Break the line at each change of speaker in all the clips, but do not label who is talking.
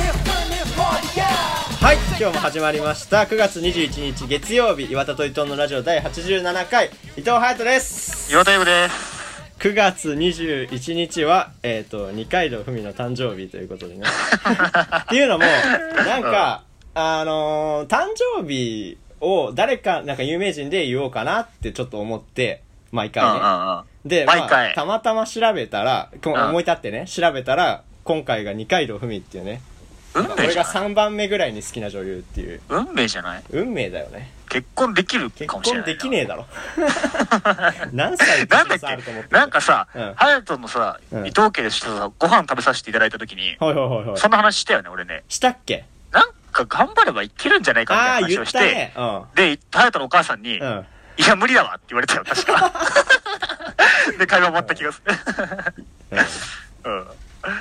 this, turn this party out
はい今日も始まりました9月21日月曜日岩田と伊藤のラジオ第87回伊藤隼人です
岩田イブです。
9月21日は、えっ、と、二階堂ふみの誕生日ということで ね。っていうのも、なんか、あのー誕生日を誰か、なんか有名人で言おうかなってちょっと思って、毎
うんうん
回
うん。
ね。
あ
で、
毎
ま
回
あ、たまたま調べたら、こ
うん
思い立ってね、調べたら、今回が二階堂ふみっていうね、
運命
俺
じゃ
が
ない
3番目ぐらいに好きな女優っていう、
運命じゃない
運命だよね。
結婚できる
結
かもしれ
婚
ないな。
できねえだろ。何歳
なんだっ
差あると思って
け
んだよ
なんかさ
うん、
ハヤトのさ、伊
うん
藤家でしてさ、ご飯食べさせていただいたときに、
はいはいはいはい
そ。んな話したよね、俺ね。
したっけ
なんか頑張ればいけるんじゃないかみ
ああ
た
ー、
いな話
言
を
っ
したて
ね。、うん。
で、ハヤトのお母さんに、い
うん、
や、無理だわって言われたよ、確 か。で、会話終わった気がする。うん。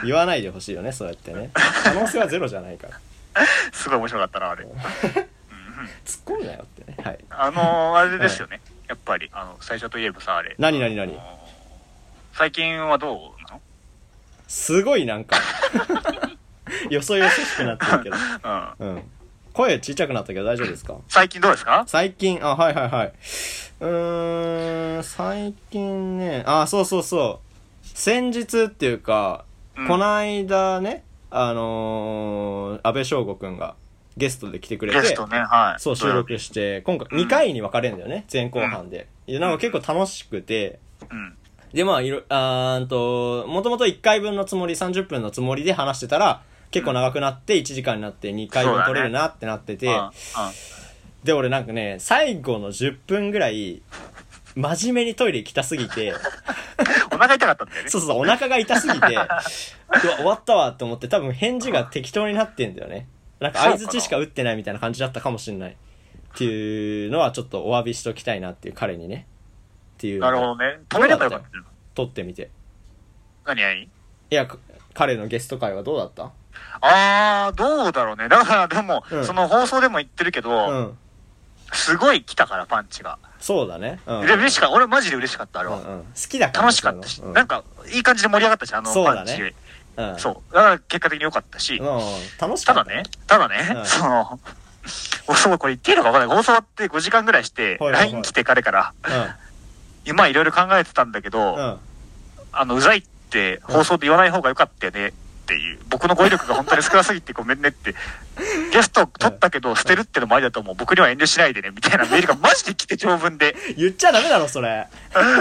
言わないでほしいよねそうやってね可能性はゼロじゃないから
すごい面白かったな、あれ。
突っ込むなよってねはい
あのー、あれですよね。やっぱり、あの、最初といえばさ、あれ。
何何何
最近はどうなの
すごい なんかよそよそしくなってるけど
うん。
うん声ちっちゃくなったけど大丈夫ですか
最近どうですか
最近あはいはいはいうーん最近ねあそうそうそう先日っていうか、
うん
こないだねあのー、安倍翔吾くんがゲストで来てくれて
ゲストね、はい。
そう、収録して、今回
ん
2回に分かれるんだよね、前後半で。いや、なんか結構楽しくて、
うん。
で、まあ、いろ、あーんと、もともと1回分のつもり、30分のつもりで話してたら、結構長くなって、1時間になって、2回分取れるなってなってて、
うんうん
で、俺なんかね、最後の10分ぐらい、真面目にトイレ行きたすぎ て、
お腹痛かったんだよね。
そうそう、お腹が痛すぎて、うわ、終わったわと思って、多分返事が適当になってんだよね。なんか相槌しか打ってないみたいな感じだったかもしれない。っていうのはちょっとお詫びしときたいなっていう彼にね。っていう。
なるほど。ね。止めればよかったじゃん。
撮ってみて。
何何
いや、か彼のゲスト会はどうだった
あー、どうだろうね。だからでも、
うん
その放送でも言ってるけど、
うん。
すごい来たから、パンチが。
そうだね。うん。
で、嬉しかった。俺マジで嬉しかった、あれ
うん
は。
うん、好きだからね。
楽しかったし、
そういう
なんか、いい感じで盛り上がったじゃん、あ
そう
の、
だ
パンチ。
ねのうん。うん
そう。だから、結果的に良かったし、
うん楽しか
た
った。
だね、ただ
う
ね、
ん
その、 俺そう、これ言っていいのか分かんない。放送終わって5時間ぐらいして、
はいはいはい
LINE 来て彼から、今いろいろ考えてたんだけど、
うん。うん。
あの、うざいって放送で言わない方がよかったよねっていう、僕の語彙力が本当に少なすぎてごめん ねって、ゲスト取ったけど捨てるってのもありだと思う、僕には遠慮しないでね、みたいなメールがマジで来て長文で、
言っちゃダメだろ、それ。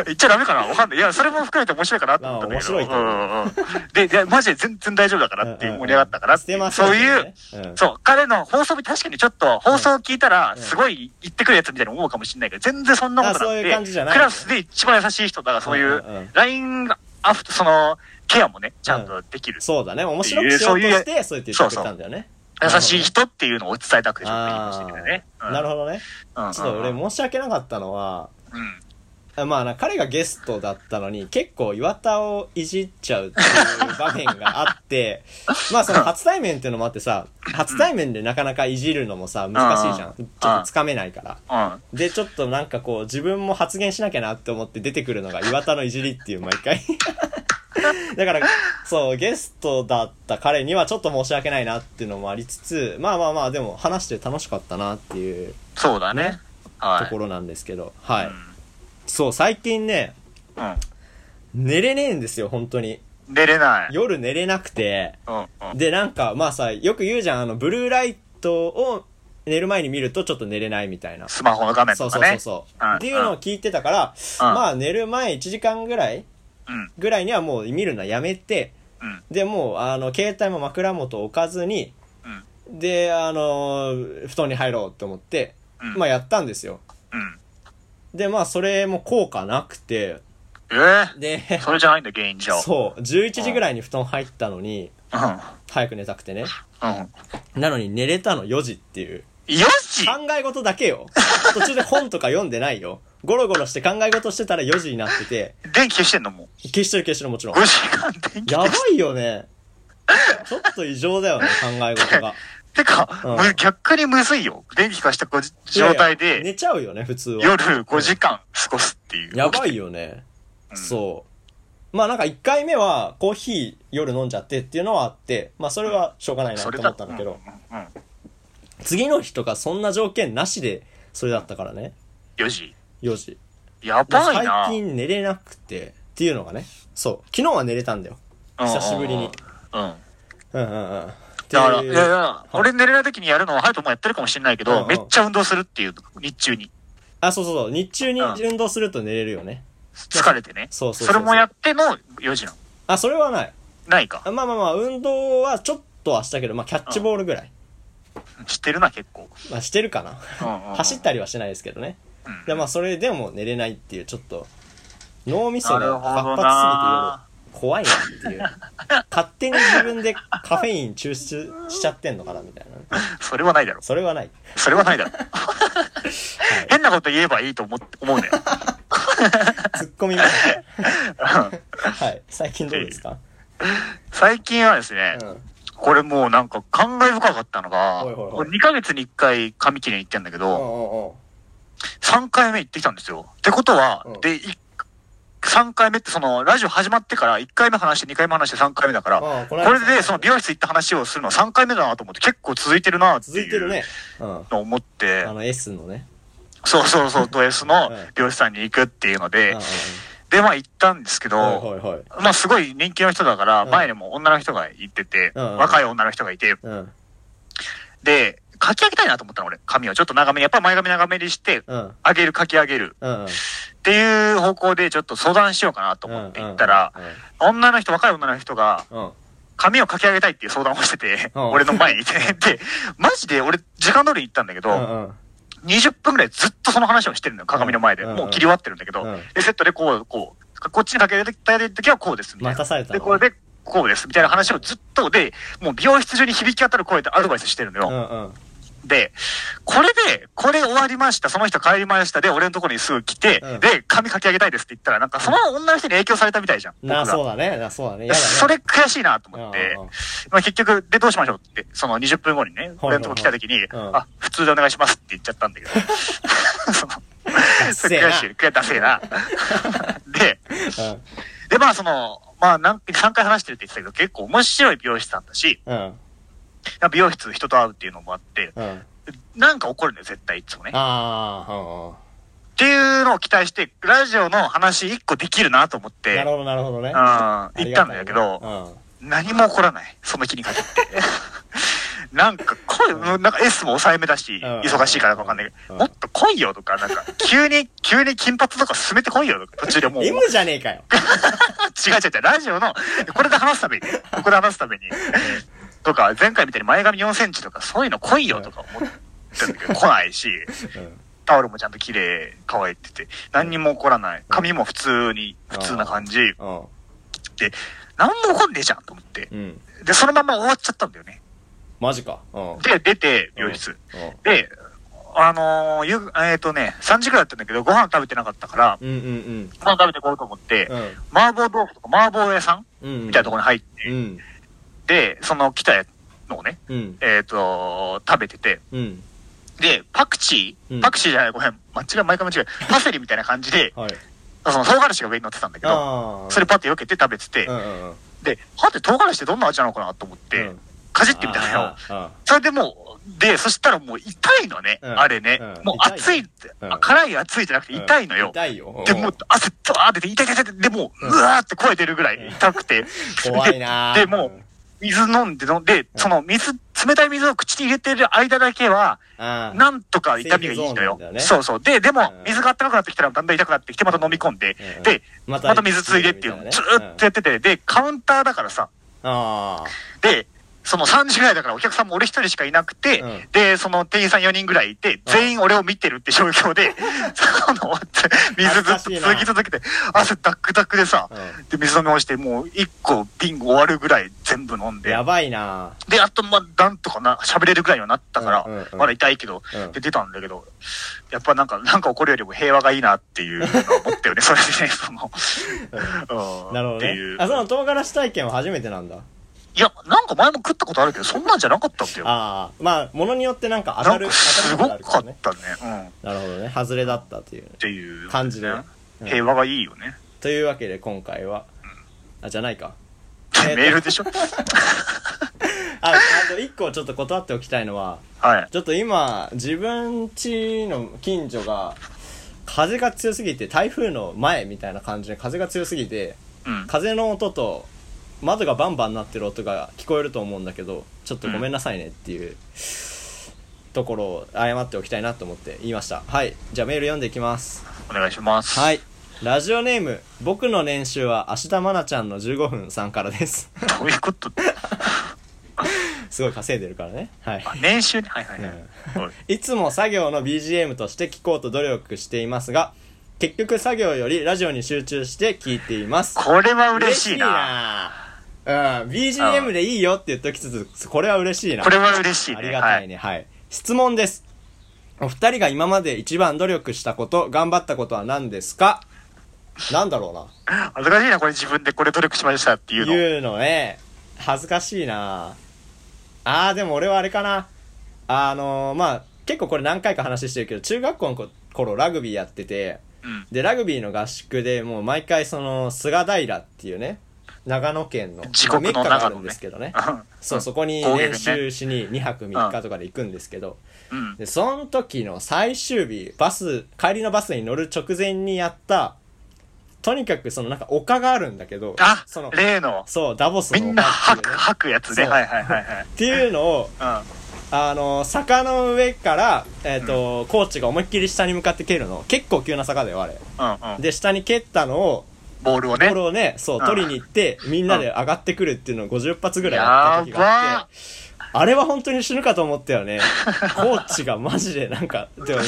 言っちゃダメかなわかんない。いや、それも含めて面白いかなと思ったんだけど。
あ面白いと思う
うんうんうんで、いやマジで全然大丈夫だからっていう
うんうん
盛り上がったからってい
捨てま
う、
せん
そう
け
い
どね
う、
うん
そう、彼の放送日確かにちょっと放送聞いたら、
ん
すごい言ってくるやつみたいに思うかもしれないけど、全然そんなことな
あそう
く
いう感じじ
て、
ゃない
クラスで一番優しい人だから、そうい
うんう
うん
うん、
LINE が、アフト、その、ケアもね、ちゃんとできる。
そうだね。面白くしようとして、そうやって言ってくれたんだよね。
優しい人っていうのを伝えたくて、ちょっと言いましたけどね。
なるほどね。
ほ
ちょっと俺申し訳なかったのは、
うん。
あまあな、彼がゲストだったのに、結構岩田をいじっちゃうっていう場面があ って、まあその初対面っていうのもあってさ、初対面でなかなかいじるのもさ、難しいじゃん。
あー
ちょっとつかめないから。
うん。
で、ちょっとなんかこう、自分も発言しなきゃなって思って出てくるのが岩田のいじりっていう毎回。 だから、そう、ゲストだった彼にはちょっと申し訳ないなっていうのもありつつ、まあまあまあ、でも話して楽しかったなっていう
そうだね
ね。
は
と
い。
ころなんですけど、はい。
う
そう、最近ね、
んうん。
寝れねえんですよ、本当に。
寝れない。
夜寝れなくて。
うんうん。
で、なんか、まあさ、よく言うじゃん、あの、ブルーライトを寝る前に見るとちょっと寝れないみたいな。
スマホの画面
そ
と
う
か
そうそう
ね。
そう。
うん
っていうのを聞いてたから、
うん
まあ寝る前1時間ぐらい
うん。
ぐらいにはもう見るのはやめて、
うん。
で、もう、あの、携帯も枕元置かずに、
うん。
で、あの、布団に入ろうと思って、
うん
まあやったんですよ。
うん。
で、まあそれも効果なくて、
えー
で、
それじゃないんだ、原因じゃ。
そう、11時ぐらいに布団入ったのに、
うん。
早く寝たくてね。
うん。
なのに寝れたの4時っていう。
4時
考え事だけよ。途中で本とか読んでないよ。ゴロゴロして考え事してたら4時になってて、
電気消してんのも
消してる消してるもちろ
う。
ん
5。時間電気
やば
消し
いよね。ちょっと異常だよね、考え事が。
てか、
うん
む逆にむずいよ。電気消したごじ状態
いやいや
で
寝ちゃうよね、普通は。
夜5時間過ごすっていう。
やば
い。
いよね。
うん
そう。まあなんか1回目はコーヒー夜飲んじゃってっていうのはあって、まあそれはしょうがないな
そ
と
れ
思
だ
ったんだけど、
うんうんうん
次の日とかそんな条件なしでそれだったからね、
4時。
4時。
や
で
ばいな。
最近寝れなくてっていうのがね、そう。昨日は寝れたんだよ。久しぶりに。
うんうんうん。
うんうんうん。
だから、
で
いやいや、俺寝れない時にやるのは、ハヤトもやってるかもしれないけ
うんう
ど、
ん
めっちゃ運動するっていう、日中に。
あ、そうそうそう。日中に
うん
運動すると寝れるよね。
疲れてね。
そうそうそう
それもやっての4時なの。
あ、それはない。
ないか。
あまあまあまあ、運動はちょっとはしたけど、まあキャッチボールぐらい。
知ってるな、結構。
まあしてるかな。走ったりはしないですけどね。
うん
でまあそれでも寝れないっていうちょっと脳みそ
なる
が
ほ
活
ど
発
な
すぎて夜怖いなっていう 勝手に自分でカフェイン抽出しちゃってんのかなみたいな
それはないだろ。
それはない、
それはないだ ろ。
は
変なこと言えばいいと思って思うね。
い、ツッコミましたはい最近どうですか、
最近はですね、
うん、
これもうなんか感慨深かったのが、
おいおいおい
これ2ヶ月に1回髪切りに行ってんだけ
おう
ど、
お
3回目行ってきたんですよ。ってことは、
うん
で、3回目ってその、ラジオ始まってから1回目話して2回目話して3回目だから、
うおうああこ
こ
の間
れでその美容室行った話をするのは3回目だなと思って結構続いてるなって
続いてる
い
ね
う、
うん、
のを思って
あ、の S のね、
そうそうそう、ド S の
うん
美容師さんに行くっていうの
うん
で
うん、
で、まあ行ったんですけ
は
ど、
いはいはい
まあすごい人気の人だから、
うん
前にも女の人が行ってて、
うんうん
若い女の人がいて、
うん
で、かき上げたいなと思ったの俺、髪をちょっと長めに、やっぱり前髪長めにして、
うん
上げる、かき上げる
うん
っていう方向でちょっと相談しようかなと
うん
思って行ったら、女の人、若い女の人が、
うんうん
髪をかき上げたいっていう相談をしてて、
うん
俺の前にいて、で、マジで俺、時間通りに行ったんだけど、
うんうん
20分ぐらいずっとその話をしてるのよ、鏡の前で。
うんうん
もう切り終わってるんだけど、
うん
で、セットでこう、こう、こっちにかけてたい時はこうです、みたい
待
な
た。された
で、これで、こうです、みたいな話をずっと、で、もう美容室中に響き当たる声でアドバイスしてるの
う
よ。
んうん
で、これで、これ終わりました、その人帰りました、で、俺のところにすぐ来て、
うん
で、髪かき上げたいですって言ったら、なんかその女の人に影響されたみたいじゃん。僕
なあ
が
そうだねなあそうだねやだね
それ悔しいなと
うんう
思
ん
って
うん、
まあ、結局、で、どうしましょうって、その20分後にね、俺のとこ来た時に、
うん
あ、普通でお願いしますって言っちゃったんだけど、その、
っ せえな
悔しい、悔しい、ダセえ な。で、
うん
で、まあ、その、まあ、何回、3回話してるって言ってたけど、結構面白い美容師さんだし、
うん
美容室人と会うっていうのもあって、
うん
なんか起こるんだよ、絶対いつもね。
ああ、
っていうのを期待して、ラジオの話1個できるなと思
う
っ
んうん。な
て、
る
うん、
ほど、なるほどね。
行
あり
っ
が
たん
たいね
だけど
う、ん。
何も起こらない。その気に限って。 なんか来い、なんか S も抑えめだ
ん
し、忙しいからかわかんないけ
う
ど、
ん
もっと来いよとか、なんか、急に、 急に金髪とか進めて来いよとか、途中でもう、違う違う
M じゃねえかよ。
違う、ラジオの、これで話す ために、ここで話すために、とか、前回みたいに前髪4センチとか、そういうの来いよとか思ってんだ けど、来ないし、
うん
タオルもちゃんと綺麗、乾いてて、何にも起こらない。髪も普通に、普通な感じ。
うん。
で、何も起こんねえじゃんと思って。
うん。
で、そのまま終わっちゃったんだよね。
マジか。うん。
で、出て、美容室。
う
で、あのーゆ、えっ、とね、3時くらいだったんだけど、ご飯食べてなかったから、
ん。うんうん
ご飯食べてこようと思って、
うん。
麻婆豆腐とか麻婆屋さん
うん。うん。
みたいなところに入って、
うん。
で、その来たのをね、
うん。
えっ、と食べてて、
うん。
で、パクチ
うん、
ーパクチーじゃない、ごめん、間違い、毎回間違い、パセリみたいな感じで
はい。
その唐辛子が上に乗ってたんだけど、
ああ。
それパッて避けて食べてて
う、んうんうん。
で、はて唐辛子ってどんな味なのかなと思って、
うん
かじってみたのよ。
あ
それでもう、で、そしたらもう痛いのね、
うん
あれね。
うん
もう熱いって、
痛いようん
辛い熱いじゃなくて
ー
痛いの
うん
よ。
痛いよ。
で、もう汗ドワーって出て痛い痛い痛いでもう、うわーって声出るぐらい痛くて。
怖いなー
で、でもう、水飲んで飲んで、その水、冷たい水を口に入れてる間だけは、
ああ。
なんとか痛みがいい
セーフゾーン
の
なん
よ
だよ。ね
そうそう。で、でも
うん、
水が温かくなってきたらだんだん痛くなってきて、また飲み込んで
うんうん、
で、
ま
また水ついでっていうのをずーっとやってて、で、カウンターだからさ、
ああ。
で、その3時ぐらいだからお客さんも俺一人しかいなくて、
うん
で、その店員さん4人ぐらいいて、全員俺を見てるって状 況で、その、水ずっと
懐かしいな
続き続けて、汗ダックダックでさ、
うん
で、水飲み干して、もう1個瓶終わるぐらい全部飲んで
や、ばいな
で、あと、まあ、なんとかな、喋れるぐらいにはなったから、
うんうんうん
まだ痛いけど、
うん
で、出たんだけど、やっぱなんか、なんか起こるよりも平和がいいなっていうのを思ったよ ね、それでね、その、うん
なるほど
って
ね
いう。
あその唐辛子体験は初めてなんだ
いや、なんか前も食ったことあるけど、そんなんじゃなかったんだよ。
ああまあものによってなんか当
な
た
ん
る
かすごかっ
当た
た
る
ね
こ。
うん。っ
とがあるからねなるほどね外れだったというね
ていう、
感じで
ね
うん
平和がいいよね。
というわけで今回はあじゃないかえーと
メールで しょ
ああと一個ちょっと断っておきたいのは
はい。
ちょっと今自分家の近所が風が強すぎて台風の前みたいな感じで風が強すぎて
うん。
風の音と窓がバンバン鳴ってる音が聞こえると思うんだけどちょっとごめんなさいねっていうところを謝っておきたいなと思って言いましたはいじゃあメール読んでいきます
お願いします。
はいラジオネーム僕の年収は芦田愛菜ちゃんの15分さんからです
どういうこと
すごい稼いでるからねはい
あ年収ね。はいはいはい。おい
いつも作業の BGM として聴こうと努力していますが結局作業よりラジオに集中して聴いています
これは嬉し
嬉し
いな。
いなうん BGM でいいよって言っときつつこれは嬉しいな
これは嬉しいね。
ありがたいね、はい。質問です。お二人が今まで一番努力したこと、頑張ったことは何ですかなんだろうな。
はい。恥ずかしいな、これ自分でこれ努力しましたっていうの。
言うのね。恥ずかしいなあー、でも俺はあれかな。あのー、まあ、結構これ何回か話してるけど、中学校のこ頃ラグビーやってて、
うん。
で、ラグビーの合宿でもう毎回その、菅平っていうね、長野県の、
地獄の
まあメッカがあ
長野
るん
ね
ですけどね。
う
そう、
ん
そこに
攻撃ね
練習しに2泊3日とかで行くんですけど、
うん。
で、その時の最終日、バス、帰りのバスに乗る直前にやった、とにかくそのなんか丘があるんだけど、
あ
その、
例の、
そう、ダボスの
み
丘
んな
って
吐
い
く、
うね
吐くやつね。
そう
はいはいはいはい。
っていうのを、
うん。
あの、坂の上から、えっ、と、コーチが思いっきり下に向かって蹴るの。結構急な坂だよ、あれ。
うんうん。
で、下に蹴ったのを、
ボールを
ボ
ね
ー。ルをね、そう、
うん
取りに行って、みんなで上がってくるっていうのを50発ぐらい
や
やった時があ
ば
って、あれは本当に死ぬかと思ったよ ね。コーチがマジでなんか、でも、うん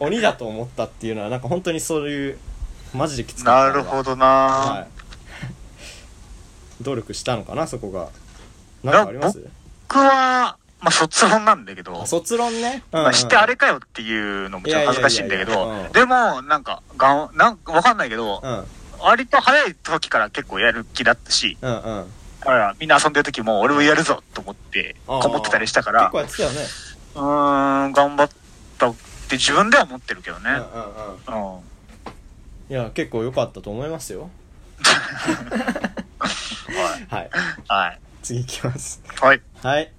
鬼だと思ったっていうのは、なんか本当にそういう、マジできつか
な
ったの
る
が。
ほど
は。
ない
努力したのかな、そこが。なんかあります
僕は、まあ、卒論なんだけど
あ、卒論ね。うんうん
まあ、知ってあれかよっていうのもちょっと恥ずかしいんだけ
いやいやいやいやう
ど
ん、
でも、なんか、がん、なんかわかんないけど
う、ん、
割と早い時から結構やる気だったし、
うん、うん。
だからみんな遊んでる時も俺もやるぞと思って、
あー
こもってたりしたか
結
ら、
構やってたよね。
うーん、頑張ったって自分では思ってるけど
うん、
ね。
うん、うん。
うん。
いや、結構良かったと思いますよ。はい。
はい。
次行きます。
はい。
はい。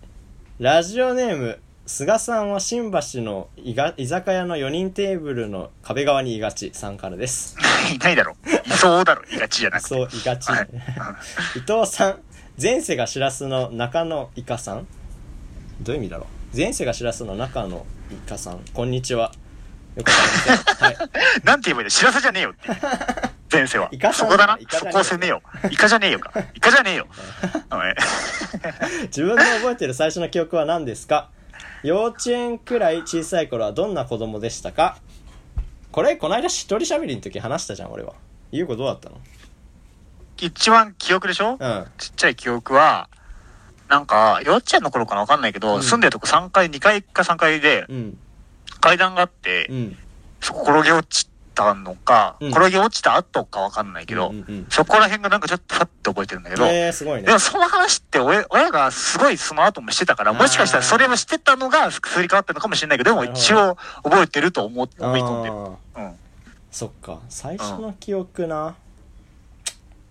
ラジオネーム、菅さんは新橋のいが居酒屋の4人テーブルの壁側にいがちさんからです。
いないだろ。いそうだろ。いがちじゃなくて。
そう、いがち。
はい
伊藤さん、前世がしらすの中野いかさんどういう意味だろう前世がしらすの中野いかさん、こんにちは。よくわかりません。はい。
なんて言えばいいの知らせじゃねえよっていう。前 世は
イカ。
そ
さん
こだな
イ。カ
そ
じゃねえよ
こを攻めよう。イカじゃねえよか。イカじゃねえよ。 はい
自分の覚えてる最初の記憶は何ですか幼稚園くらい小さい頃はどんな子供でしたかこれ、この間一人喋りの時話したじゃん、俺は。ゆうこどうだったの
一番記憶でしょ
うん。
ちっちゃい記憶は、なんか、幼稚園の頃かなわかんないけど、
うん
住んでるとこ3階、2階か3階で
うん。
階段があって、
うん。
そこ転げ落ちたのか、
うん
転げ落ちた後かわかんないけど、
うんうんうん
そこら辺がなんかちょっとパッて覚えてるんだけど、
えー、すごいね
でも。その話って親親がすごいその後もしてたから、もしかしたらそれをしてたのがすり替わったのかもしれないけど、で
な
も
るほど
一応覚えてると思う
あ
思い込んでる。
ー
うん。
そっか。最初の記憶な。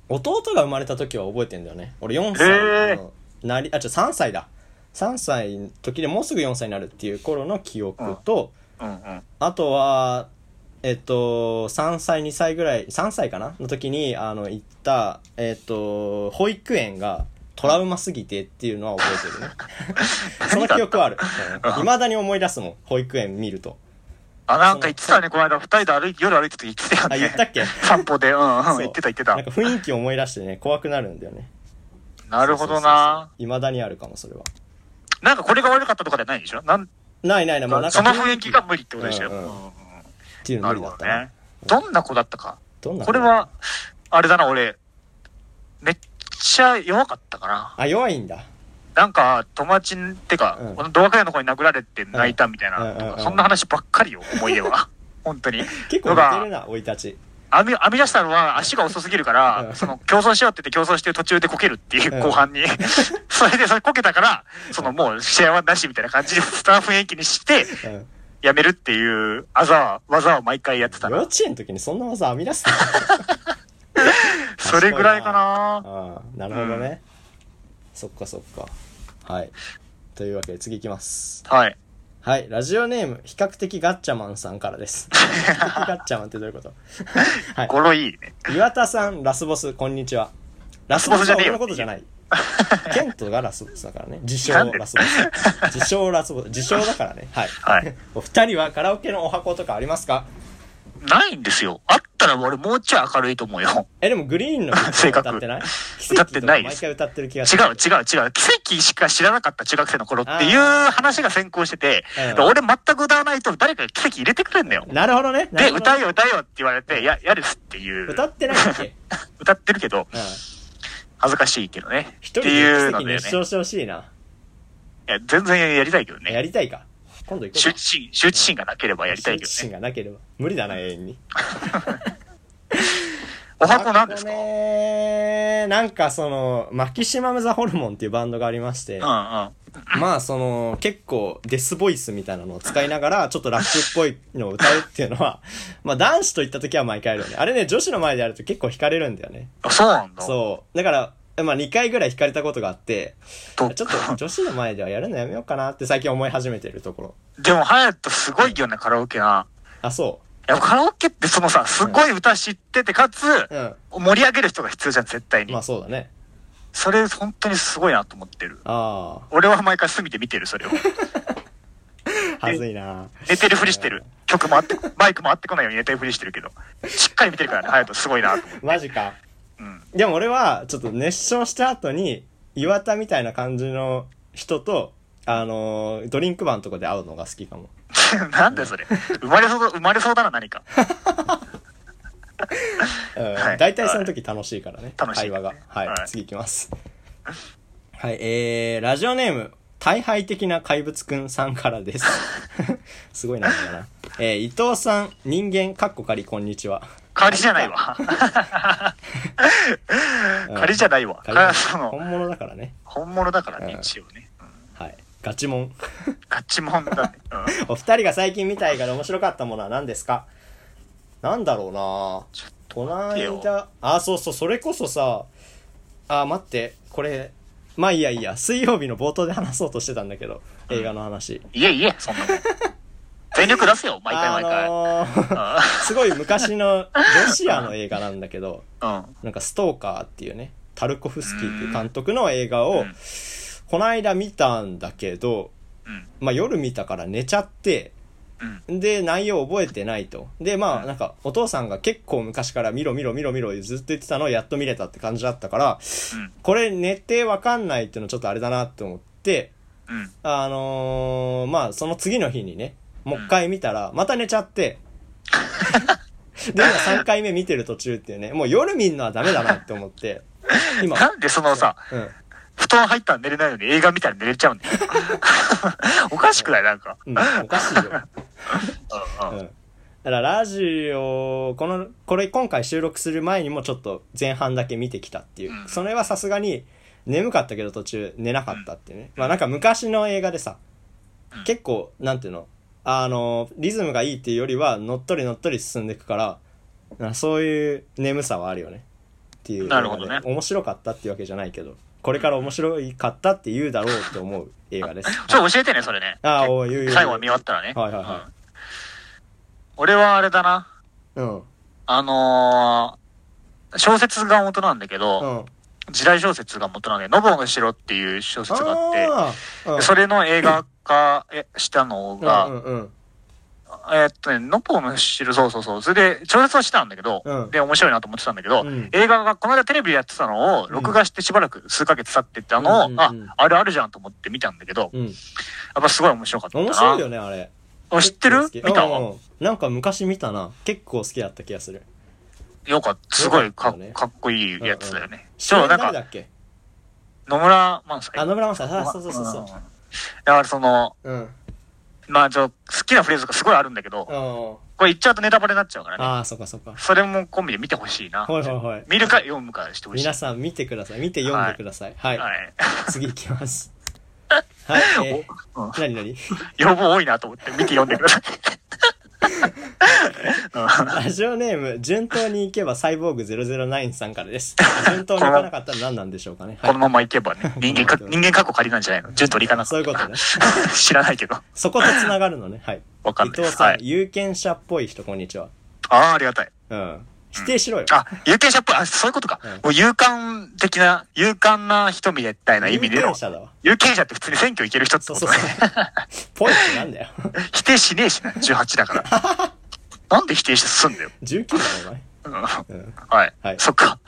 弟が生まれた時は覚えてんだよね。俺4
へ
歳
ー
のなり、あ、ちょ、3歳だ。3歳の時でもうすぐ4歳になるっていう頃の記憶と、
うんうん。
あとは、えっと、3歳、2歳ぐらい、3歳かなの時に、あの、行った、えっと、保育園がトラウマすぎてっていうのは覚えてる ね。その記憶はある。いまだに思い出すもん、保育園見ると。
あ、なんか言ってたね、この間二人で歩いて、夜歩いてて言ってたよね。
あ言ったっけ
散歩で、うんうん、
そう
言ってた言ってた
なん。か雰囲気思い出してね、怖くなるんだよね。
なるほどな。
いまだにあるかも、それは。
なんかこれが悪かったとかじゃないでしょなん
ないないない、もうなんか。
その雰囲気が無理ってことでしたよ。
うんうん
うんうん
っていうの
な
無
る
理だ
ほ
っ
ど
たな
ね。。どんな子だったか。
どんな
これは、あれだな、俺、めっちゃ弱かったかな。
あ、弱いんだ。
なんか、友達ん、てか、
うん
この同学年の子に殴られて泣いたみたいな、
うんうんうんうん
そんな話ばっかりよ、思い出は。 本当に。
結構似てるな、生い立ち。
編み、編み出したのは足が遅すぎるから、
うん
その、競争しようって言って競争してる途中でこけるっていうう、
ん
後 半に。それで、それこけたから、その、もう試合はなしみたいな感じで、スター雰囲気にして、
うん。
やめるっていう、あざは、技を毎回やってた
幼
な。
稚園の時にそんな技編み出 してた
それぐらいかな。
ああ、なるほどね。そっかそっか。はい。というわけで次いきます。
はい。
はい。ラジオネーム、比較的ガッチャマンさんから です。比較的ガッチャマンってどういうことはい。
語呂いいね。
岩田さん、ラスボス、こんにちは。ラスボスは俺のことじゃ ない。ケントがラスボスだからね。自称
なんで
ラスボス。自称ラスボス。自称だからね。はい。
はい
お二人はカラオケのお箱とかありますか
ないんですよ。あったら俺もうちょい明るいと思うよ。
え、でもグリーンの 曲とか歌ってない奇跡
歌って
とか
ない
毎
です
回歌ってる気が
違
す
う
る。
違う違う。奇跡しか知らなかった中学生の頃っていう話が先行してて、
うん
俺全く歌わないと誰かが奇跡入れてくれんだよ。
なるほどね。な
で、
るほど
歌え
ね
よ歌えよって言われて、や、やるっすっていう。
歌ってないっ け
歌ってるけど、
うん。
恥ずかしいけどね。っ
一
て
人で
いう
奇
の
跡
だよ
熱
ね。
唱してほしいな。
いや全然やりたいけど
や
ね。
りたいか。今度行こう
羞
か
恥。心、羞恥心がなければやりたいけ
羞恥
ど
心
ね。
がなければ。無理だな、永遠に。
お箱なんですか
あ
う
と
んうん。
ねなんかその、マキシマム・ザ・ホルモンっていうバンドがありまして、
あ
まあその、結構デスボイスみたいなのを使いながら、ちょっとラップっぽいのを歌うっていうのは、 まあ男子と行った時は毎回あるよね。あれね、女子の前でやると結構惹かれるんだよね。
そうなんだ。
そう。だから、まあ2回ぐらい惹かれたことがあって、ちょ
と
っと女子の前ではやるのやめようかなって最近思い始めてるところ。
でも、ハヤトすごいよね、カラオケな。
あ、そ
いや、カラオケってそのさ、すごい歌知ってて、かつ、
う。うん。
盛り上げる人が必要じゃん、絶対に
まあ。そうだね。
それ、本当にすごいなと思ってる。
あ
俺は毎回隅で見てる、それを。
あ、はずいな。
寝てるふりしてる。曲回って、マイク回ってこないように寝てるふりしてるけど。しっかり見てるからね、ハヤトすごいなと思って。
マジか。
うん。
でも俺は、ちょっと熱唱した後に、岩田みたいな感じの人と、あのードリンクバーのとこで会うのが好きかも。
なんだよそれ。生まれそう、生まれそうだな、何か。
うん
はい
大体その時楽しいからね。
楽しい
会話が。はい。
はい
次行きます。はい、えー、ラジオネーム、大敗的な怪物くんさんから です。すごい名前だな。えー、伊藤さん、人間、かっこかり、こんにちは。
代わりじゃないわ。仮じゃないわ。
仮
仮はその、
本物だからね。
本物だからね、
うん
一応ね。うん
はい。ガチモン。
ガチもんだね。うん。
お二人が最近見た映画で面白かったものは何ですかなんだろうなこない
待って
だ、あ、そうそう、それこそさ、あ、待って、これ、まあいいやいいや、水曜日の冒頭で話そうとしてたんだけど、映画の話。
いえいえ、そんなもん。全力出せよ、毎回毎
あ
回。
のーすごい昔のロシアの映画なんだけど、
うん。うん
なんかストーカーっていうね、タルコフスキーっていう監督の映画
う
を
ん、
こないだ見たんだけど、
うん。
まあ夜見たから寝ちゃって、
うん。
で、内容覚えてないと。で、ま
う
あ、
ん
なんか、お父さんが結構昔から見ろ見ろ見ろ見ろずっと言ってたのをやっと見れたって感じだったから、
うん
これ寝てわかんないっていうのちょっとあれだなって思って、
うん。
あのーまあ、その次の日にね、もう一回見たら、また寝ちゃって、で、今3回目見てる途中っていうね、もう夜見んのはダメだなって思って、今、
なんでそのさ、
うん。
布団入ったら寝れないのに映画見たら寝れちゃうんだよ。おかしくないなんか。
うん、おかしいよ。
うんうん
うんだからラジオこのこれ今回収録する前にもちょっと前半だけ見てきたっていう、
うん
それはさすがに眠かったけど途中寝なかったっていうね、まあなんか昔の映画でさ、
うん
結構なんていうのあのリズムがいいっていうよりはのっとりのっとり進んでいくからなんかそういう眠さはあるよねっていう映画で
なるほどね
面白かったっていうわけじゃないけどこれから面白かったって言うだろうと思う映画です、
ちょっと教えてね、それね。
ああおう言う言う
最後は見終わったらね。
はいはいはい
うん俺はあれだな。
うん
あのー、小説が元なんだけ
う
ど、
ん
時代小説が元なんで、ノボの城っていう小説があって、
あーうん
それの映画化えしたの
うん
が、
うんうん
えーっとね、ノッポの知る、そうそうそう。それで、調節はしてたんだけど、
うん
で、面白いなと思ってたんだけど、
うん
映画が、この間テレビでやってたのを、録画してしばらく数ヶ月経ってって、あのを、
うんうん
あ
うん、
あるあるじゃんと思って見たんだけど、
うん。
やっぱすごい面白かったな。
面白いよね、あれ。
あ知ってる見た
うんうんなんか昔見たな。結構好きだった気がする。
よかった。すごいか
よかったね
かっこいいやつだよね。
主
そう、
演
なん
誰だ
か、
っけ
野村萬斎。
あ、野村正さん。あそうそうそう
うんだ
そ
からその、
う。うん。
まあ、ちょ、好きなフレーズがすごいあるんだけど、
うん
これ言っちゃうとネタバレになっちゃうからね。
ああ、そっかそっか。
それも込みで見てほしいな。
ほいほいほい。
見るか読むかしてほしい。
皆さん見てください。見て読んでください。はい。
はい。
次行きます。はい。え
おうん
ー、なになに
要望多いなと思って見て読んでく ださい。
ラジオネーム、順当に行けばサイボーグ009さんからです。順当に行かなかったら何なんでしょうかね。は
こ
い
の。ままいけばね、人間か、人間過去借りなんじゃないの順取りかな。
そういうことね。
知らないけど。
そこと繋がるのね。はい。
わかん
伊
ないで
藤
す。
さ
は
ん、
い。
有権者っぽい人、こんにちは。
ああ、ありがたい。
うん。否定しろよ。
あ、有権者っぽい。あ、そういうことか
うん。
もう勇敢的な、勇敢な人みたいな意味で
有
の
権。者だわ。
有権者って普通に選挙行ける人って
そうそ
こと
うそ
ね
う。。ぽいってなんだよ。
否定しねえしな、18だから。 なんで否定して進んだよ。
19だろ、
うん
お前。うん。
はい。
はい
そっか。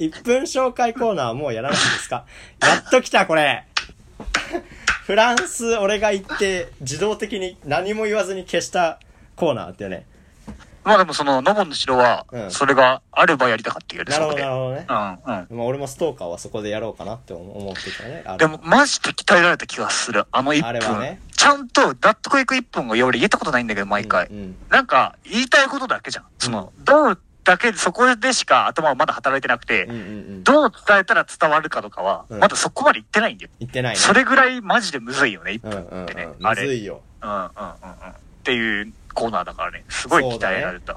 1分紹介コーナーはもうやらないんですかやっと来た、これ。フランス、俺が行って、自動的に何も言わずに消したコーナーだってね。
まあでもその、ノボンの城は
う、ん
それがあればやりたかったよね、
な
そ
る
こ
ほど、なる
で。う
ほどね。
ん、うん。
まあ、俺もストーカーはそこでやろうかなって思思ってたね。あれ
でも、マジで鍛えられた気がする。あの一
あ
分
れ。はね
ちゃんと、納得いく一分をより言えたことないんだけど、毎回。
うんうん
なんか、言いたいことだけじゃん。その、どうだけ、そこでしか頭はまだ働いてなくて、
うんうんうん。
どう伝えたら伝わるかとかは、
うん
まだそこまで言ってないんだよ。
言ってないね。
それぐらいマジでむずいよね、一
うん
分
うんう
っ
ん
てね。。あ
む
れ。
ずいよ。
うんうんうんうんっていうコーナーだからね。すごい鍛えられた。う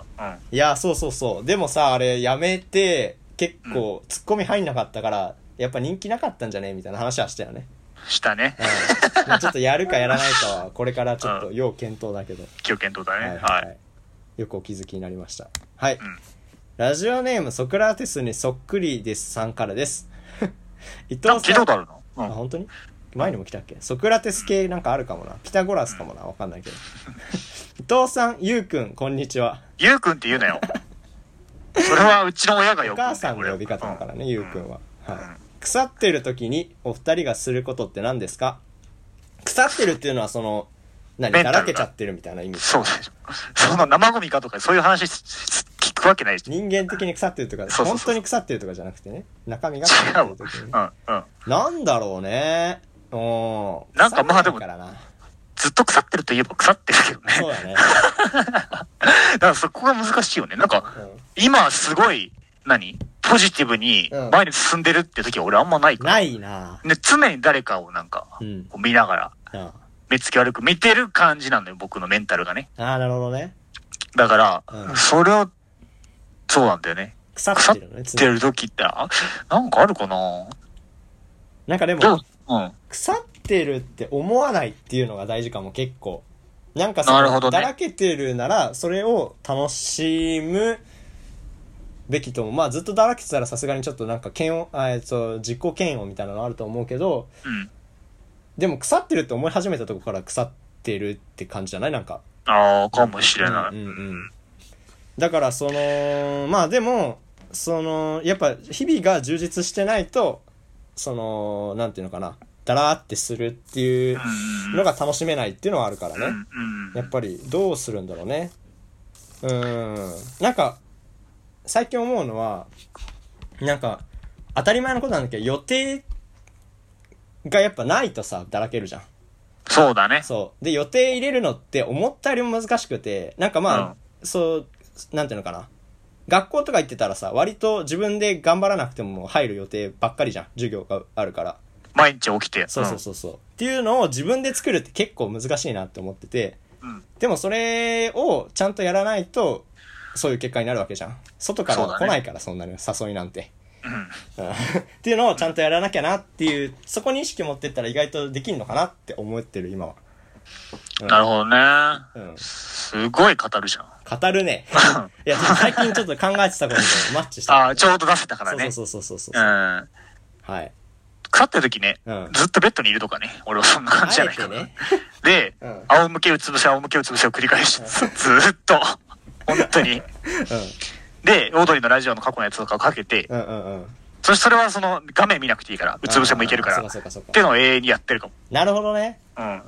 いや、そうそうそう。でもさ、あれ、やめて、結構、ツッコミ入んなかったから、やっぱ人気なかったんじゃねみたいな話はしたよね。
ん。したね
う。ん。まあちょっとやるかやらないかは、これからちょっと要検討だけど。
気を検討だね。
は
はいい。
よくお気づきになりました。はい。
ん
ラジオネーム、ソクラテスにそっくりですさんから です。伊
なん
藤
か聞
さ
いた
ん。
ことあるのう
あ、
ん。
本当に前にも来たっけソクラテス系なんかあるかもな。ピタゴラスかもな。わかんないけ ど。伊藤さん、ゆうくん、こんにちは。
ゆうくんって言う なよ。それはうちの親が
お
よくね。
母さんの呼び方だからね、ゆうくんは。はい。腐ってる時にお二人がすることって何ですか腐ってるっていうのはその、何
メン
だ
タルが
らけちゃってるみたいな意味。
そうそう。その生ゴミかとかそういう話しし聞くわけないし。
人間的に腐ってるとか、
そうそうそう
本当に腐ってるとかじゃなくてね。中身が腐
違
って
う
る時にね。
わ。うんうん。
なんだろうね。うん。
なんかまあでも
腐らないから
ずっと腐ってるといえば腐ってるけどね
な。そうだね。
だからそこが難しいよね。なんか、今すごい、何ポジティブに
うん
前に進んでるって時は俺あんまないから。
ないな
で常に誰かをなんか、
うん。
こう見ながら、
あ
目つき悪く見てる感じなのよ、僕のメンタルがね。
あー、なるほどね。
だから、
うん
それを、そうなんだよね。
腐
腐
っ
って
るのね、
て
常に
る時って、あなんかあるかな
なんかで
ど
も
う、うん。
腐ってるって思わないっていうのが大事かも、結構。なんか
なるほどね
だらけてるなら、それを楽しむべきと思う。まあ、ずっとだらけてたらさすがにちょっとなんか嫌悪、あえっと、自己嫌悪みたいなのあると思うけど、
うん。
でも腐ってるって思い始めたとこから腐ってるって感じじゃないなんか。
ああ、かもしれない。
うんうんうんだからそのまあでもそのやっぱ日々が充実してないとそのなんていうのかなだらーってするっていうのが楽しめないっていうのはあるから
う
ね
んうん
やっぱりどうするんだろうねうーんなんか最近思うのはなんか当たり前のことなんだけど予定がやっぱないとさだらけるじゃん
そうだね。
そう。で、予定入れるのって思ったよりも難しくて、なんかまあ、そう、なんていうのかな。学校とか行ってたらさ、割と自分で頑張らなくても入る予定ばっかりじゃん。授業があるから。
毎日起きて。
そうそうそうそう。っていうのを自分で作るって結構難しいなって思ってて、
うん
でもそれをちゃんとやらないと、そういう結果になるわけじゃん。外から
そう
は
だ
来
ね
ないから、そんなに誘いなんて。
うん。うん
うんっていうのをちゃんとやらなきゃなっていう、そこに意識持ってったら意外とできるのかなって思ってる、今は。うん
なるほどね。
うん。
すごい語るじゃん。
語る ね。いや、最近ちょっと考えてたこととマッチした。
ああ、ちょうど出せたからね。
そうそうそうそうそうう。
ん。
はい。
腐ってる時ね、
うん
ずっとベッドにいるとかね。俺はそんな感じじゃないか
あえ
ら
て。
で、
うんうん
仰向けうつ伏せ、仰向けうつ伏せを繰り返し、ずずーっと、本当に。で、オードリーのラジオの過去のやつとかをかけて、
うんうんうん
そしてそれはその画面見なくていいから、うつ伏せもいけるから、
あー
っ
そうかそうか
てい
そう
う
か
のを永遠にやってるかも。
なるほどね
うん。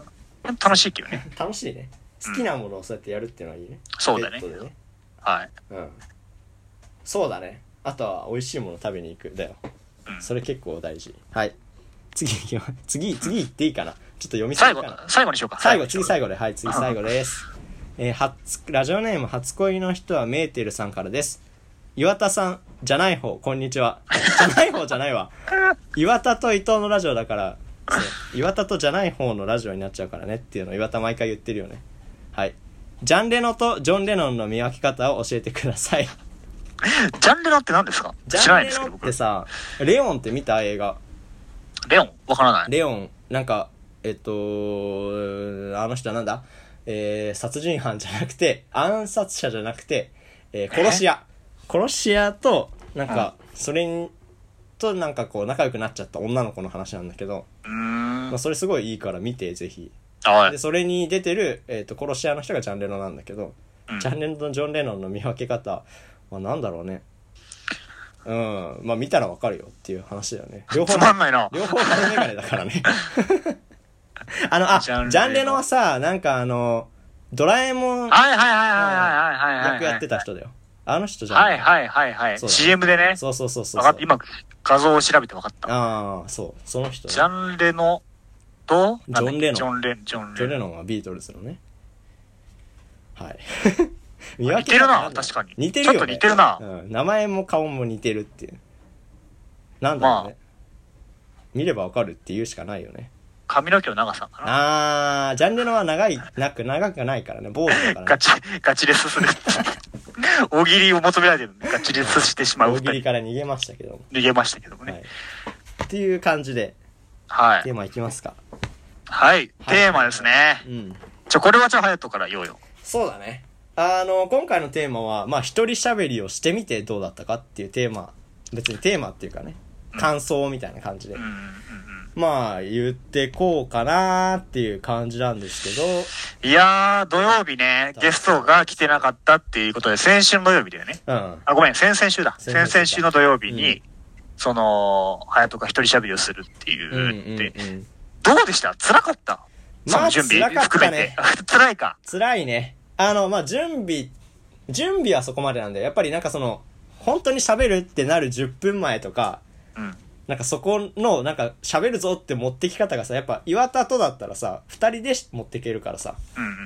楽しいけどね。
楽しいね好きなものをそうやってやるっていうのはいいね
そうだね
ベッドでね
はい。
うんそうだねあとは美味しいもの食べに行くだよそれ結構大事はい次行きます次次行っていいかなちょっと読み過
最
ぎ
後
かな、
最後にしようか。
最後、次
後。
最後で、はい、次最後です。 えー初、ラジオネーム初恋の人はメーテルさんからです。岩田さん、じゃない方、こんにちは。じゃない方じゃない わ。岩田と伊藤のラジオだから、そう岩田とじゃない方のラジオになっちゃうからねっていうのを岩田毎回言ってるよね。はい。ジャンレノとジョン・レノンの見分け方を教えてください。
ジャンルのって何ですか
ジ
知ら
ャ
な
ン
いんで
レ
すけ
ノ
ど、
っ
僕。
てさ、レオンって見た映画。
レオンわからない。
レオン、なんか、えっと、あの人はなんだえー、殺人犯じゃなくて、暗殺者じゃなくて、えー、殺し屋。殺し屋と、なんか、それに、となんかこう仲良くなっちゃった女の子の話なんだけど、
うーん。
まあ、それすごいいいから見て、ぜひ。
は
で、
い。
それに出てる、えっと、殺し屋の人がジャンレノなんだけど、
うん
ジャンレノとジョン・レノンの見分け方はなんだろうね。うん、まあ見たらわかるよっていう話だよね。両方
つまんないな。
両方丸メガネだから ね。あの、あ、ジ
ジャンレノ
ャンレノはさ、なんかあの、ドラえもん
はいはいはいはいはいはいはい。
役やってた人だよ。あの人じゃん。
はいはいはいはい。
そうだ
CM でね。
そうそうそうそう
わ
そ
か
う
っ。今、画像を調べて分かった。
ああ、そう。その人ね、
ジャンレノと、
ジョンレノン
ジョンレジョン
ジョンレ
レノン。
ノンはビートルズのね。はい。見
似
分け
てるな、
んだ
確かに。
似てる
ち
よ、ね。
ょっと似てるな。
うん。名前も顔も似てるっていう。なんだろうね。見ればわかるっていうしかないよね。
髪の毛の長さかな。
あー、ジャンレノは長い、なく、長くないからね。坊主だからね
ガチ、ガチレ スする。大喜利を求められてるんでガチレスしてしまう
大
二
喜利
人。
から逃げましたけども、
逃げましたけども
はい
ね。、
っていう感じで
は
テ
い。
ーマいきますか
はい。テーマですね
う。ん
ちょ、これはちょ、隼人から言おうよ。
そうだねあの今回のテーマはまあ一人喋りをしてみてどうだったかっていうテーマ別にテーマっていうかね感想みたいな感じで、
うんうんうん
まあ言ってこうかなーっていう感じなんですけど
いやー、土曜日ね、ゲストが来てなかったっていうことで、先週の土曜日だよね。
うん
あ、ごめん、先々週だ。
先々
先
週だ
々週の土曜日
う
に、その、隼人が一人喋りをするっていう
うんうん
って、
うん
どうでした辛かったそ
まあ
の準備
辛かった
含め
ね
て。 辛いか。
辛いねあのまあ準備準備はそこまでなんだよやっぱりなんかその本当に喋るってなる10分前とか
うん。
なんかそこの、なんか喋るぞって持ってき方がさ、やっぱ岩田とだったらさ、二人で持ってけるからさ、
うんうんうん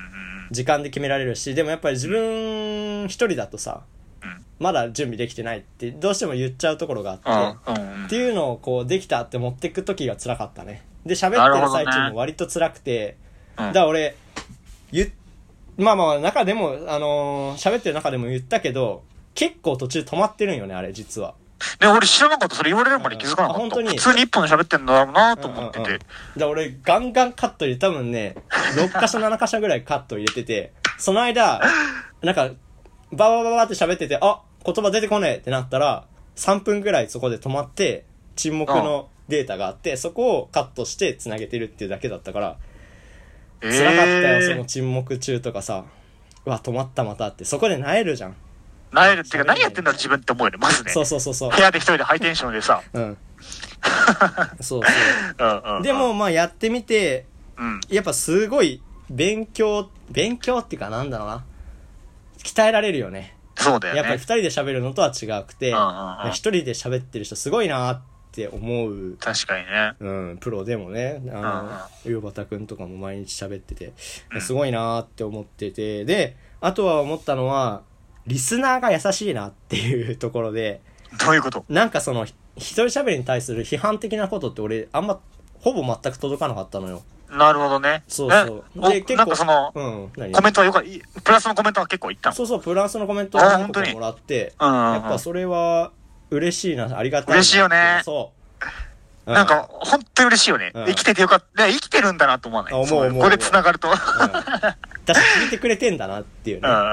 時間で決められるし、でもやっぱり自分一人だとさ、
うん
まだ準備できてないって、どうしても言っちゃうところがあって、
うん。うんうん
っていうのをこう、できたって持ってく時が辛かったね。で、喋
な
っ
る
てる
ほどね
最中も割と辛くて、
うん
だから俺、言っ、まあまあ、中でも、あのー喋ってる中でも言ったけど、結構途中止まってるんよね、あれ、実は。
で、俺知らなかった。それ言われるまで気づかな
あ
か
本
っ
当
た。
に
普通に一本で喋ってんだろうなと
うんうんう
思
ん
ってて。
で、俺、ガンガンカット入れ、多分ね、6箇所7箇所ぐらいカット入れてて、その間、なんか、バババババって喋ってて、あ、言葉出てこねえってなったら、3分ぐらいそこで止まって、沈黙のデータがあって、そこをカットして繋げてるっていうだけだったから、
え
辛かったよ、その
ー。
沈黙中とかさ、うわ、止まったまたって、そこで萎えるじゃん。
なえるっていうか、何やってんだろう自分って思うよね、まずね。
そうそうそうそう。
部屋で一人でハイテンションでさ。
うん。そうそ
うんうんう
う。
ん
で、も、まあ、やってみて、
うん。
やっぱすごい勉強、勉強っていうかなんだろうな。鍛えられるよね。
そうだよね。
やっぱり二人で喋るのとは違くて、
うんうんうん
一人で喋ってる人すごいなって思う。
確かにね。
うん、プロでもね、あの、湯畑くんとかも毎日喋ってて、すごいなって思ってて、で、あとは思ったのは、リスナーが優しいなっていうところで、
どういうこと
なんかその、ひ一人喋りに対する批判的なことって俺、あんま、ほぼ全く届かなかったのよ。
なるほどね。
そうそう。
えおなんかその、
うん、何
コメントはよかった。プラスのコメントは結構いったの
そうそう、プランスのコメントを
あ
何個
本当
か
に
もらって、
うんうんうん
やっぱそれは嬉しいな、ありがたいな。
嬉しいよね
そう。う
なん、か、本当に嬉しいよね。
うん
生きててよかった。ね生きてるんだなと思わない。
あ思う
そう
思う
これ繋がると。うん
うん私聞いてくれてんだなっていうね
う。んうん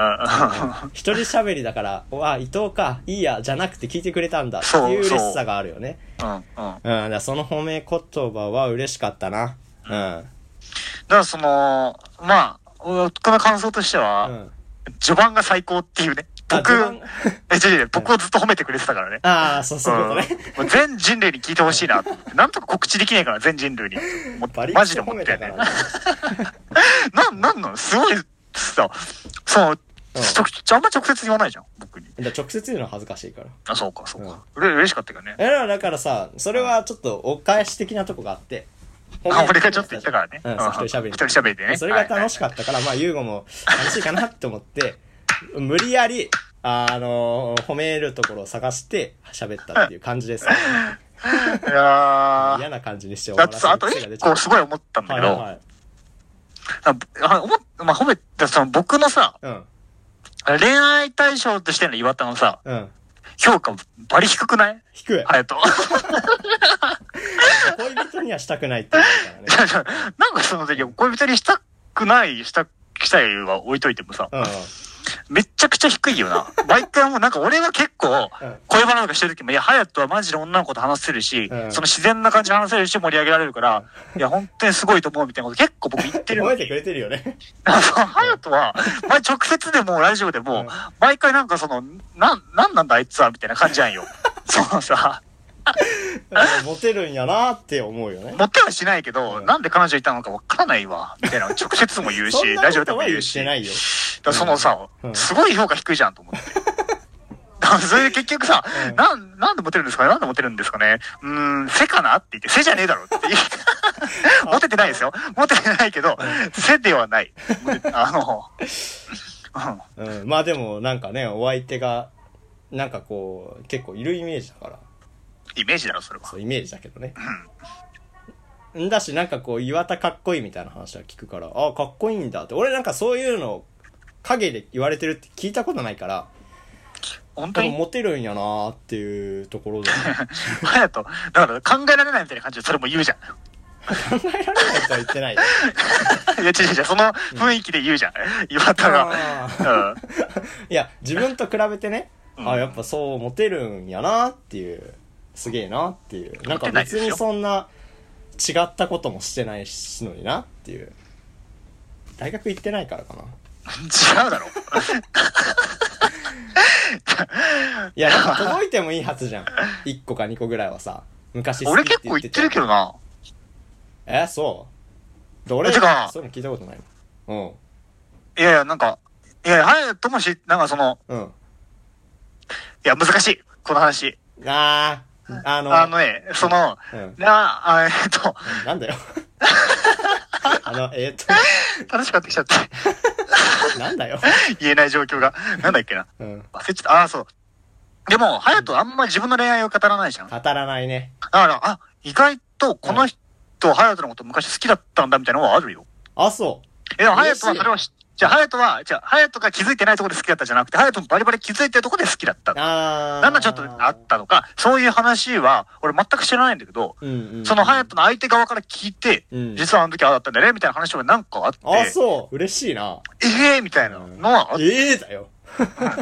一人喋りだから、わあ、伊藤か、いいや、じゃなくて聞いてくれたんだって
そう
いう嬉しさがあるよね。
うんうん。
うん、だからその褒め言葉は嬉しかったな。うん。
からその、まあ、僕の感想として
う
は、
ん。
序盤が最高っていうね。
あ
僕
序盤、
え、違う違う僕をずっと褒めてくれてたからね。
ああ、そうそういうことね。
うん全人類に聞いてほしいなと思って。なんとか告知できないから、全人類に。思っ
バリ
て
バ
マ
リ
ジで思
褒
っ
め
たよ
た
ね
か。らね。
なん、なんなんすごいさ、そう、
うん
ちょちょあんま直接言わないじゃん、僕に。
だから直接言うのは恥ずかしいから。
あ、そうか、そうか。うれ、嬉しかったけどね。
いやでもだからさ、それはちょっとお返し的なとこがあって。
あ、俺がちょっと言ったからね。
うん、そう一人喋り。
一人喋りでね。
それが楽しか
っ
ったから、まあ、ユーゴも楽しいかなって思って、無理やり、あの褒めるところを探して喋ったっていう感じです、ね。
た。いやー
嫌な感じにして終
だ
わ
って
ら
さ、
せ
あと
る癖が出
一
ちゃう
個。すごい思ったんだ
は
け
い
ど、
はい。
あ思っまあ、褒めて、その僕のさ、
うん、
恋愛対象としての岩田のさ、
うん。
評価バリ低くない
低い。
隼人。
恋人にはしたくないって言うか
なんかその時、恋人にしたくない、した、したいは置いといてもさ、
らね。
めちゃくちゃ低 いよな。毎回もうなんか俺は結構
うん、
恋バナとかしてる時も、いや、隼人はマジで女の子と話せるし、
うん
その自然な感じで話せるし盛り上げられるから、いや、本当にすごいと思うみたいなこと結構僕言って
うん。
る
褒
の
め
に
てくれてるよね。
あの、ハヤトは、前直接でもラジオで
うん
も、毎回なんかその、なん、なんなんだあいつは、みたいな感じな んよ。そのさ、
モテるんやなって思うよね。
持ってはしないけど、
うん
なんで彼女いたのかわからないわ、みたいな、直接も言う
そ
し、
ん
ラ
な
ジオ
こ
で
と
も
は
言
言
う
っ
し、
て
だか
ないよ。
らそのさ
う、ん
すごい評価低いじゃんと思って。 だからそれで結局さ
う、ん
なん、なんでモテるんですかねなんでモテるんですかねうーん、背かなって言って、背じゃねえだろって 言って。モテてないですよ。モテてないけど、背で はない。モテあの、うん。
うん、まあでもなんかねお相手がなんかこう結構いるイメージだから
イメージだろ、それは。
そうイメージだけどねんだしなんかこう岩田かっこいいみたいな話は聞くからあかっこいいんだって俺なんかそういうの陰で言われてるって聞いたことないから
本当
多分
に
モテるんやなーっていうところだ、ね、
隼人、だから考えられないみたいな感じでそれも言うじゃん。
考えられないとは言ってないよ
いや、違う違う違う、その雰囲気で言うじゃん。岩田が。うん。
いや自分と比べてね、
うん
あやっぱそうモテるんやなっていうすげえなっていうなんか別にそんな違ったこともしてないしのになっていう大学行ってないからかな
違うだろ。
いやなんか届いてもいいはずじゃん1個か2個ぐらいはさ昔好き
俺
って
結
言
構
って
言ってるけどな。
えそうで俺
てか
そういうの聞いたことないの
いやいや、なんか、いや、隼人もし、なんかその、
うんうん
いや、難しい。この話。
あーあの
あのね、その、
うん
なあ、えっと、
なんだ よあのえーっ
楽しくなってきちゃ って、
となんだよ
言えない状 況が。なんだっけな。
うん
忘れちゃった。ああ、そう。でも、隼人あんまり自分の恋愛を語らないじゃん。
語らないね
だから、あ、意外とこの人、隼人のこと昔好きだったんだみたいなのはあるよ。
あそう
え、でも、隼人はそれを知じゃあ、隼人は、じゃあ、隼人が気づいてないところで好きだったじゃなくて、隼人もバリバリ気づいてるところで好きだった。
あー
なんだちょっとあったのか、そういう話は、俺全く知らないんだけど、
うんうんうん
その隼人の相手側から聞いて、
うん
実はあの時ああだったんだよね、みたいな話がなんかあって、
あ、そう。嬉しいな。
ええみたいなのはあって、
ええだよ。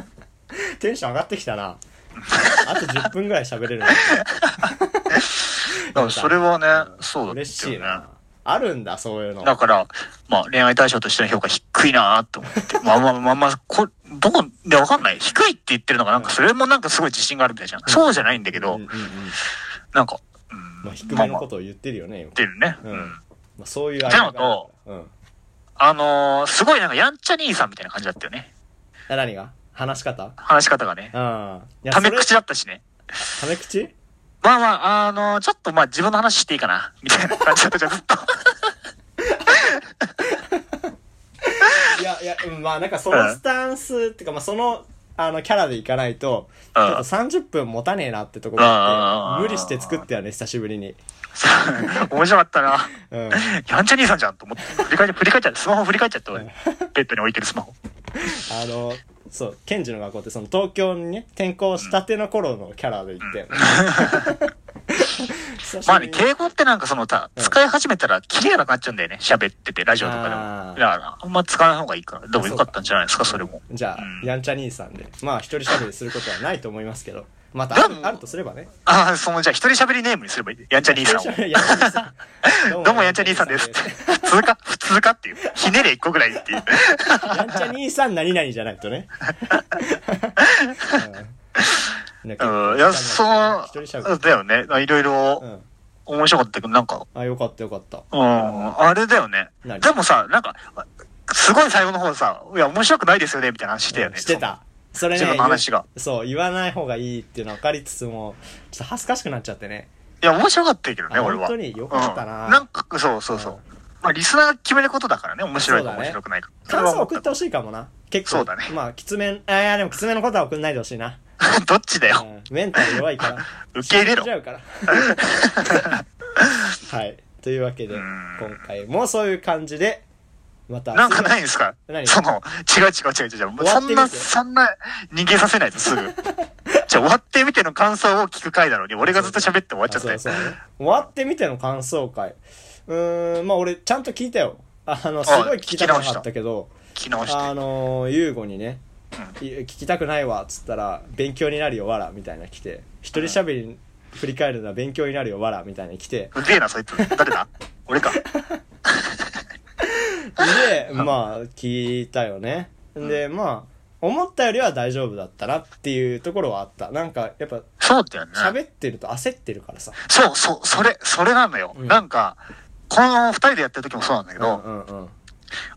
テンション上がってきたな。あと10分ぐらい喋れるな。
だからそれはね、そうだったよね。
嬉しいな。あるんだ、そういうの。
だから、まあ、恋愛対象としての評価低いなと 思って。まあまあまあまあ、こどこでわかんない。低いって言ってるのが、なんか、それもなんかすごい自信があるみたいじゃん。そうじゃないんだけ
う
ど
んうんうん、
なんか、うん
まあ、低めのこ
まあまあ
とを言ってるよね、今
言ってるね。う
うん
ん。
まあ、そういうあ
でもと
うん。
あのー、すごいなんか、やんちゃ兄さんみたいな感じだったよね。
え何が話し方
話し方がね。
うん。いや
ため口
だ。
だったしね。
ため口
まあまあ、あのー、ちょっとまあ、自分の話していいかな。みたいな感じだったじゃん、ずっと。
いや、いや、うんまあ、なんかそのスタンス、っていうか、まあ、その、あの、キャラでいかないと、ち
うん
ょっと30分持たねえなってとこがあっ
うん
て、無理して作ったよね、久しぶりに。
面白かったな。
うん。
やんちゃ兄さんじゃんと思って。振り返っちゃ、振り返っちゃって、スマホ振り返っちゃって、 俺ベッドに置いてるスマホ。
あの、そう、ケンジの学校って、その東京にね、転校したての頃のキャラで行って。久し
まあ
ぶ
ね、
りに
敬語ってなんかそのさ、
うん
使い始めたらキリがなくなっちゃうんだよね。喋ってて、ラジオとかでも。
あー
だから、あんま使わない方がいいから。でもよかったんじゃないですか、それも。
じゃあ、
うん
やんちゃ兄さんで、まあ、一人喋りすることはないと思いますけど、また
で
ある
も
あるとすればね。
ああ、その、じゃあ、一 人喋りネームにすればいい。やんちゃ兄さんを。
一人喋りやんちゃ兄さん
どうも、やんちゃ兄さんです。普通か普通通過っていう。ひねれ一個ぐらいっていう。
なんちゃ23何々じゃないとね。うんなんか
うん。いや、そ
一人しゃべ
の、
り
だよね。いろいろ
うん。
面白かったけど、なんか、
あ、よかったよかった。
うん、あれだよね。
何
でもさ、なんか、すごい最後の方さ、いや、面白くないですよね、みたいな話してたよね。
してた。それ
自
ね
分の話が、
言うそう、言わない方がいいっていうの分かりつつも、ちょっと恥ずかしくなっちゃってね。
そう。いや、面白かったけどね、
あ
俺は。
本当に良かったな
うんなんか、そうそうそう
うん。
まあ、リスナーが決めることだからね、面白い
そう
か
だね
面白くないか。
感
それ
想
は
送
思
っ
って
ほしいかもな。結構。
そうだね
まあ、きつめん、あいや、でもきつめのことは送んないでほしいな。
た どっちだ
う
よ。
ん、メンタル弱いから。
受け入れ
死
ろ
んじゃうから。 はい。というわけで、
うん
今回もそういう感じで、また。
なんかないんですか
何
その、違う違う違う違うもう。
終わ
そ
って
ん
み
な、
て
そんな、逃げさせないとすぐ。じゃあ終わってみての感想を聞く回なのに、俺がずっと喋って終わっちゃって。
あそうそう終わってみての感想会。うーん、まあ俺、ちゃんと聞いたよ。あの、すごい聞きたくなかったけど、
聞き直して。
あのー、優吾にね、い聞きたくないわ、っつったら、勉強になるよ、わら、みたいな来て、一人喋り振り返るのは勉強になるよ、わら、みたいな来て、
うぜえな、そいつ。誰だ俺 か。
で、まあ、聞いたよね。で、まあ、思ったよりは大丈夫だったなっていうところはあった。なんか、やっぱ、
そうだよね。
喋ってると焦ってるからさ。
そうそう、それ、それなのよ。
うん
なんか、この二人でやってる時もそうなんだけ
う
ど、
んうんうん。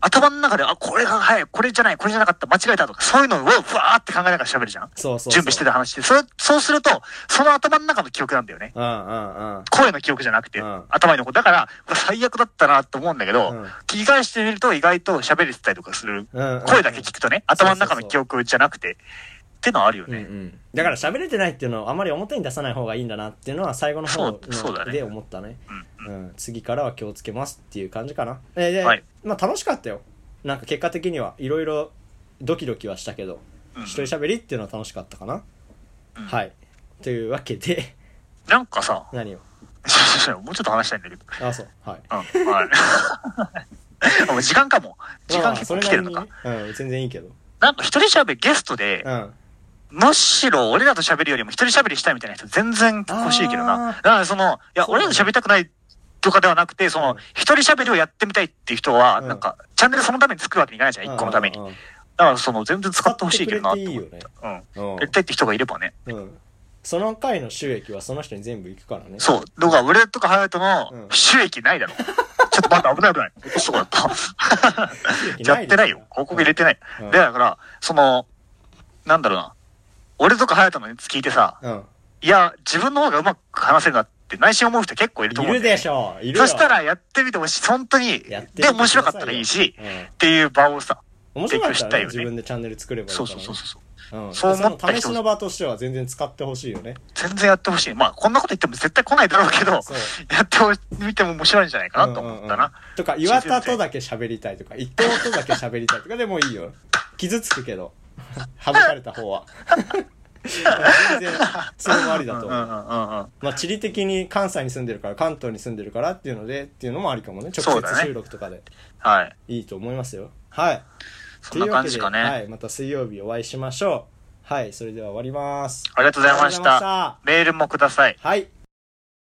頭の中で、あ、これが早い、これじゃない、これじゃなかった、間違えたとか、そういうのを、うわふわーって考えながら喋るじゃん。
そうそうそう。
準備してた話で。それ、そうすると、その頭の中の記憶なんだよね。
うんうんうん。
声の記憶じゃなくて、
うん
頭のこと。だから、これ最悪だったなと思うんだけど、
うん
聞き返してみると意外と喋れてたりとかする。
うんうん
声だけ聞くとね、頭の中の記憶じゃなくて、ってのはあるよ
うんう
ね。
ん、だから喋れてないっていうのをあまり表に出さない方がいいんだなっていうのは最後の方
そうそうだ
の
ね
で思ったね
うん
うん、次からは気をつけますっていう感じかな、えーで
はい
まあ、楽しかったよなんか結果的にはいろいろドキドキはしたけど、
うん
一人喋りっていうのは楽しかったかな、はいというわけで
なんかさ、
何を
もうちょっと話したいんだけど。
あそうはい
うん、はい。 あもう時間かも。時間結構来てるの
まあ
か。
それなりにねうん全然いいけど
なんか一人喋りゲストで
う、ん
むしろ俺らと喋るよりも一人喋りしたいみたいな人全然欲しいけど
あ
な。
ー
だからその、いや、
そうだ
俺
ね
らと喋りたくないとかではなくて、その、一人喋りをやってみたいっていう人は、
うん
なんか、チャンネルそのために作るわけにいかないじゃん、一個のために。
うんう
だ
んうん
からその、全然使ってほしいけどなって思っ
使ってくれて
た。うん。
うん
やりたいって人がいればね。
うんその回の収益はその人に全部いくからね
そう。だから俺とかハヤト
うん
の収益ない だろ。ちょっと待って危ない危ない。そうだった。やってないよ。広告入れてない。
うん
で、だから、その、なんだろうな。俺とか隼人のやつ聞いてさ、
うん
いや、自分の方がうまく話せるなって内心思う人結構いると
い
思う。
るでしょいるよ
そしたらやってみてほしい。本当に。
やってみて
で、面白かったらいいし、
くださいようん
っていう場をさ。
面白かっ
提供
た
し
ら
た
ね
いよね
自分でチャンネル作ればいいか
そ
ら
う
ね
そうそうそう。
うん
そう思った人
その試しの場としては全然使ってほしいよね
全然やってほしい。まあ、こんなこと言っても絶対来ないだろうけど、
そう
やってほしみても面白いんじゃないかなと思ったな。
うんうんうんとか岩田とだけ喋りたいと か伊藤とだけ喋りたいとかでもいいよ傷つくけど 省かれた方は全然それもありだと
うん
思
う
う、
んうんうん。
まあ、地理的に関西に住んでるから関東に住んでるからっていうのでっていうのもありかもね
そ
直
うだ
接
ね
収録とかで
はい。
いいと思いますよはい
そんな感じか
と
ね。
いうわけで
あ
はい、また水曜日お会いしましょうはいそれでは終わります
りがとうございま
ありがとうご
し。
ざいました
メールもください。
はい